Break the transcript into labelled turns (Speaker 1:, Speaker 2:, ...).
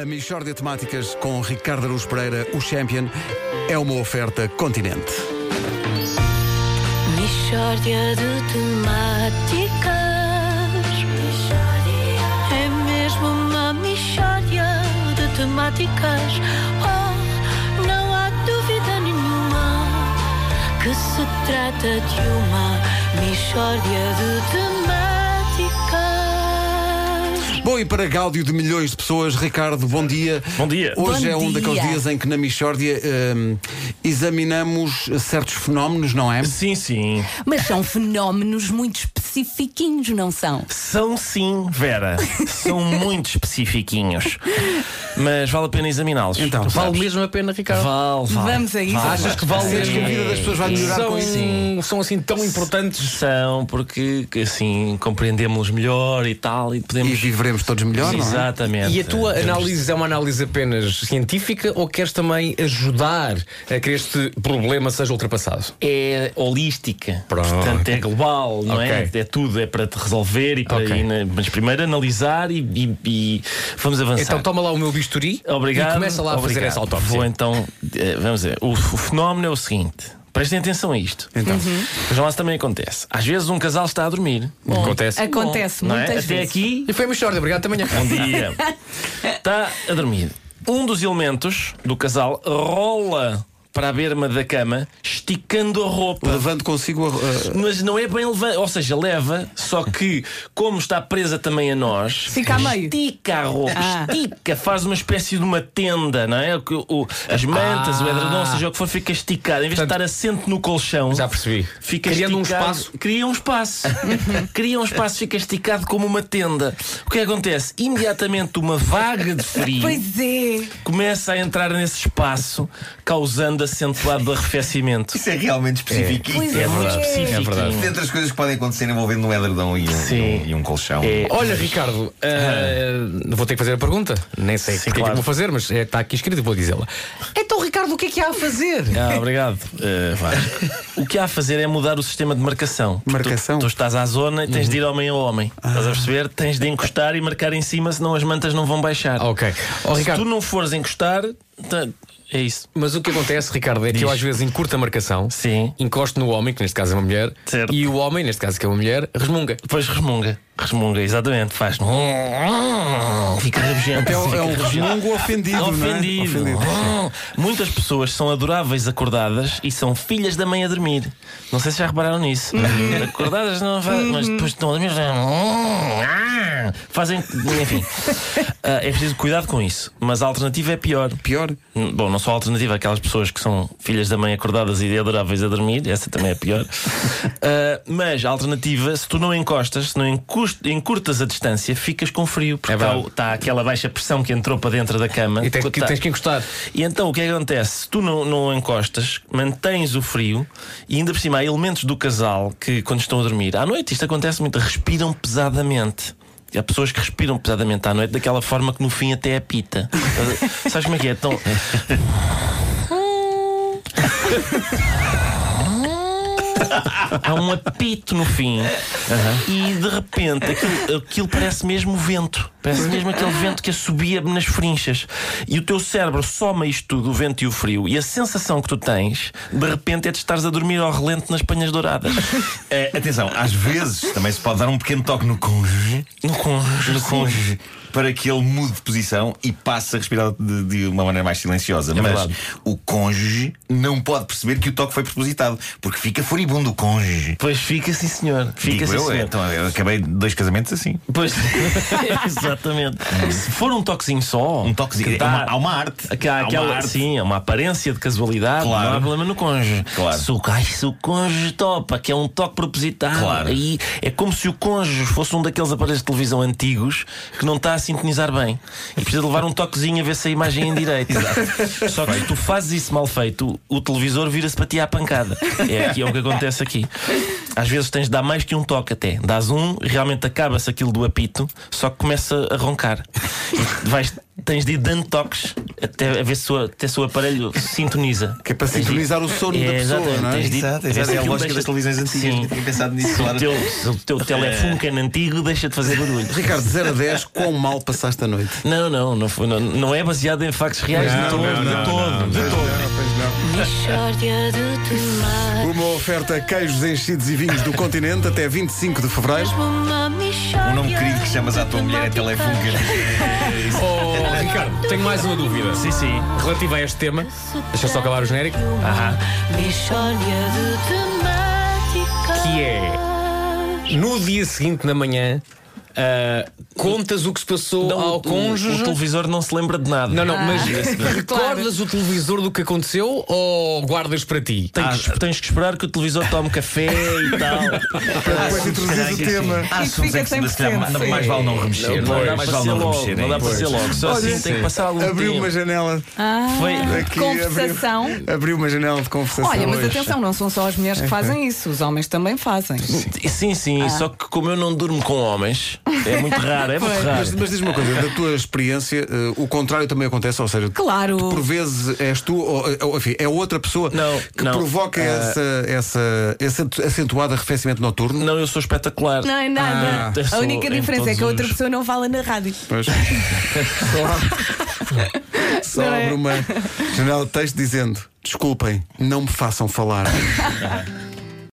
Speaker 1: A Michórdia de Temáticas com Ricardo Aruz Pereira, o Champion, é uma oferta continente.
Speaker 2: Mishória de temáticas É mesmo uma mishória de temáticas Oh, não há dúvida nenhuma Que se trata de uma mishória de temáticas
Speaker 1: Bom, e para Gáudio de milhões de pessoas, Ricardo, bom dia.
Speaker 3: Bom dia.
Speaker 1: Hoje
Speaker 4: Bom
Speaker 1: é um
Speaker 4: dia.
Speaker 1: daqueles dias em que na Michórdia hum, examinamos certos fenómenos, não é?
Speaker 3: Sim, sim.
Speaker 4: Mas são fenómenos muito especifiquinhos, não são?
Speaker 3: São sim, Vera. São muito especifiquinhos. Mas vale a pena examiná-los.
Speaker 1: Então,
Speaker 3: Tu
Speaker 5: Vale
Speaker 3: sabes?
Speaker 5: mesmo a pena, Ricardo?
Speaker 3: Vale, vale.
Speaker 4: Vamos a isso.
Speaker 5: Achas que vale
Speaker 1: Achas que a vida das pessoas vai melhorar
Speaker 5: são,
Speaker 1: com isso?
Speaker 5: são assim tão importantes?
Speaker 3: São porque que assim compreendemos melhor e tal e
Speaker 1: E
Speaker 3: podemos.
Speaker 1: viveremos todos melhor, não é?
Speaker 3: Exatamente.
Speaker 5: E a tua
Speaker 3: Temos-
Speaker 5: análise é uma análise apenas científica ou queres também ajudar a que este problema seja ultrapassado?
Speaker 3: é holística,
Speaker 5: Pronto.
Speaker 3: portanto é global, não é?
Speaker 5: Ok.
Speaker 3: É tudo, é para te resolver e para
Speaker 5: Ok.
Speaker 3: ir na- mas primeiro analisar e, e- e vamos avançar.
Speaker 5: Então toma lá o meu bisturi
Speaker 3: Obrigado.
Speaker 5: e começa lá a fazer
Speaker 3: obrigado.
Speaker 5: essa autópsia.
Speaker 3: Vou então, eh, vamos ver. O, o fenómeno é o seguinte: prestem atenção a isto.
Speaker 1: Então,
Speaker 3: Vejam lá se também acontece. Às vezes um casal está a dormir.
Speaker 5: Acontece.
Speaker 4: Acontece
Speaker 3: não é?
Speaker 4: muitas
Speaker 3: Até
Speaker 4: vezes.
Speaker 3: aqui,
Speaker 5: E foi a Michorda, obrigado também.
Speaker 3: bom dia. está a dormir. Um dos elementos do casal rola para a berma da cama, esticando a roupa.
Speaker 1: levando consigo a. a-
Speaker 3: Mas não é bem levar, ou seja, leva, só que como está presa também a nós,
Speaker 4: Fica a meio.
Speaker 3: estica a roupa,
Speaker 4: Ah.
Speaker 3: estica, faz uma espécie de uma tenda, não é? O que- o- as mantas, o edredom, seja o que for, fica esticado. Em vez
Speaker 5: Ah. Portanto,
Speaker 3: de estar assente no colchão,
Speaker 5: Já percebi.
Speaker 3: fica
Speaker 5: Criando um
Speaker 3: esticado.
Speaker 5: espaço.
Speaker 3: Cria um espaço. Cria um espaço, fica esticado como uma tenda. O que acontece? Imediatamente uma vaga de frio
Speaker 4: Pois é.
Speaker 3: começa a entrar nesse espaço, causando acentuado arrefecimento.
Speaker 6: Isso é realmente específico.
Speaker 4: Pois
Speaker 3: É muito específico.
Speaker 5: É verdade.
Speaker 6: Dentre as coisas que podem acontecer envolvendo um edredom e um,
Speaker 3: Sim.
Speaker 6: e um colchão.
Speaker 3: É-
Speaker 5: Olha, Ricardo, ah, vou ter que fazer a pergunta. Nem sei
Speaker 3: Sim,
Speaker 5: porque é
Speaker 3: claro.
Speaker 5: que eu vou fazer, mas é, está aqui escrito e vou dizê-la. Então, Ricardo, o que é que há a fazer?
Speaker 3: Ah, obrigado. Eh, Vasco. o que há a fazer é mudar o sistema de marcação.
Speaker 1: Marcação?
Speaker 3: Tu, tu estás à zona e tens de ir homem a homem. Estás a perceber? Tens de encostar e marcar em cima, senão as mantas não vão baixar.
Speaker 5: Ok. Ó,
Speaker 3: Se
Speaker 5: Oh, Ricardo,
Speaker 3: tu não fores encostar, tá- é isso.
Speaker 5: Mas o que acontece, Ricardo, é que
Speaker 3: Diz.
Speaker 5: eu às vezes encurto a marcação,
Speaker 3: Sim.
Speaker 5: encosto no homem, que neste caso é uma mulher,
Speaker 3: Certo.
Speaker 5: e o homem, neste caso que é uma mulher, resmunga.
Speaker 3: Depois resmunga. Resmunga, exatamente. Faz. Fica rabugento.
Speaker 1: É, o- é um
Speaker 3: Fica rabugento.
Speaker 1: resmungo ofendido,
Speaker 3: Ofendido.
Speaker 1: não é?
Speaker 3: Ah, muitas pessoas são adoráveis acordadas e são filhas da mãe a dormir. Não sei se já repararam nisso. acordadas não fazem, mas depois estão a dormir. fazem, ah, Fazem. Enfim. Ah, é preciso cuidado com isso. Mas a alternativa é pior.
Speaker 1: Pior?
Speaker 3: Hum, Bom, não só a alternativa àquelas pessoas que são filhas da mãe acordadas e adoráveis a dormir, essa também é pior. Ah, mas a alternativa, se tu não encostas, se não encus- encurtas a distância, ficas com frio, porque
Speaker 5: É
Speaker 3: está
Speaker 5: verdade.
Speaker 3: tá aquela baixa pressão que entrou para dentro da cama.
Speaker 5: E tens que,
Speaker 3: Tá-
Speaker 5: tens que encostar.
Speaker 3: e então o que é que acontece? Se tu não, não encostas, mantens o frio e ainda por cima há elementos do casal que, quando estão a dormir, à noite isto acontece muito, respiram pesadamente. Há pessoas que respiram pesadamente à noite, daquela forma que no fim até apita. Sabes como é que é? Então, há um apito no fim e de repente aquilo, aquilo parece mesmo vento. Parece mesmo aquele vento que assobia nas frinchas. E o teu cérebro soma isto tudo, o vento e o frio, e a sensação que tu tens, de repente, é de estares a dormir ao relento nas panhas douradas.
Speaker 6: Eh, atenção, às vezes também se pode dar um pequeno toque no cônjuge,
Speaker 3: No cônjuge.
Speaker 6: no cônjuge para que ele mude de posição e passe a respirar de, de uma maneira mais silenciosa. Mas
Speaker 3: É verdade.
Speaker 6: o cônjuge não pode perceber que o toque foi propositado, porque fica furibundo o cônjuge.
Speaker 3: Pois fica, sim, senhor. Fica,
Speaker 6: Digo
Speaker 3: sim,
Speaker 6: eu,
Speaker 3: senhor.
Speaker 6: então, eu acabei dois casamentos assim.
Speaker 3: Pois, exatamente. Se for um toquezinho só,
Speaker 6: Hum. Um toquezinho.
Speaker 3: que dá-
Speaker 6: Há uma- há uma arte.
Speaker 3: Que há
Speaker 6: Há uma
Speaker 3: aquela,
Speaker 6: arte.
Speaker 3: Sim, há uma aparência de casualidade,
Speaker 6: Claro.
Speaker 3: não há problema no cônjuge.
Speaker 6: Claro.
Speaker 3: Se, o, ai, se o cônjuge topa, que é um toque propositado,
Speaker 6: Claro.
Speaker 3: aí é como se o cônjuge fosse um daqueles aparelhos de televisão antigos que não está a sintonizar bem e precisa levar um toquezinho a ver se a imagem é em direito. só que se tu fazes isso mal feito, o televisor vira-se para ti à pancada. É, que é o que acontece aqui. Às vezes tens de dar mais que um toque até. Dás um, realmente acaba-se aquilo do apito, só que começa a roncar. E vais, tens de ir dando toques até a ver se o, até se o aparelho sintoniza.
Speaker 1: Que é para sintonizar o sono da pessoa,
Speaker 3: exatamente,
Speaker 1: não é?
Speaker 3: tens de-
Speaker 6: Exato,
Speaker 3: tens
Speaker 6: exato.
Speaker 3: de-
Speaker 6: É a
Speaker 3: aquilo
Speaker 6: lógica
Speaker 3: deixa-
Speaker 6: das televisões antigas.
Speaker 3: Sim.
Speaker 6: Não tinha pensado nisso,
Speaker 3: Se
Speaker 6: claro.
Speaker 3: o teu, se o teu telefone é antigo, deixa de fazer barulho.
Speaker 1: Ricardo, de 0 a 10, quão mal passaste a noite?
Speaker 3: Não, não, não, foi- não, não é baseado em factos reais de todo, de todo, de todo.
Speaker 2: Mishória de temas
Speaker 1: Uma oferta queijos enchidos e vinhos do continente até 25 de fevereiro.
Speaker 3: Ah,
Speaker 2: Uma mishória
Speaker 6: Um nome querido que chamas à tua mulher é Telefunken. É isso.
Speaker 5: Oh, Ricardo, tenho mais uma dúvida.
Speaker 3: Sim, sim.
Speaker 5: Relativa a este tema, deixa só acabar o genérico.
Speaker 3: Aham.
Speaker 2: Mishória de temáticas
Speaker 5: Que é? No dia seguinte, na manhã, ah, contas o Ah. que se passou
Speaker 3: Não,
Speaker 5: ao
Speaker 3: Então, o-
Speaker 5: cônjuge.
Speaker 3: O televisor não se lembra de nada.
Speaker 5: Não, não, mas
Speaker 4: Claro.
Speaker 5: recordas o televisor do que aconteceu ou guardas para ti?
Speaker 3: Tens, que- tens que esperar que o televisor tome café e tal.
Speaker 1: Para depois introduzir o tema.
Speaker 3: Ah,
Speaker 6: Há assuntos
Speaker 3: é
Speaker 6: em que se dá- não- mais vale não remexer.
Speaker 3: Não dá
Speaker 6: mais
Speaker 3: para
Speaker 6: vale
Speaker 3: ser
Speaker 6: não
Speaker 3: logo.
Speaker 6: remexer,
Speaker 3: Não
Speaker 6: é
Speaker 3: dá
Speaker 6: isso.
Speaker 3: para ser logo. Só
Speaker 1: Olha,
Speaker 3: assim tem que passar algum
Speaker 1: Abriu
Speaker 3: tempo.
Speaker 1: uma janela
Speaker 4: Ah,
Speaker 3: Foi-
Speaker 1: aqui.
Speaker 4: Conversação.
Speaker 1: Abriu, abriu uma janela de conversação.
Speaker 4: Olha, mas
Speaker 1: hoje.
Speaker 4: atenção, não são só as mulheres
Speaker 3: É.
Speaker 4: que fazem isso, os homens também fazem.
Speaker 3: Sim, sim, só que como eu não durmo com homens, é muito raro, é muito
Speaker 1: Mas,
Speaker 3: raro.
Speaker 1: mas diz-me uma coisa, da tua experiência, eh, o contrário também acontece, ou seja,
Speaker 4: Claro.
Speaker 1: tu, por vezes és tu, ou, ou, enfim, é outra pessoa
Speaker 3: Não,
Speaker 1: que
Speaker 3: não.
Speaker 1: provoca
Speaker 3: Ah.
Speaker 1: essa, essa, esse atu- acentuado arrefecimento noturno.
Speaker 3: Não, eu sou espetacular.
Speaker 4: Não é nada.
Speaker 3: Ah,
Speaker 4: a
Speaker 3: sou
Speaker 4: única
Speaker 3: em
Speaker 4: diferença é que a
Speaker 3: todos
Speaker 4: outra
Speaker 3: os-
Speaker 4: pessoa não fala na rádio.
Speaker 1: Pois. Só abre- Só
Speaker 4: Não é?
Speaker 1: abre uma janela de texto dizendo: Desculpem, não me façam falar.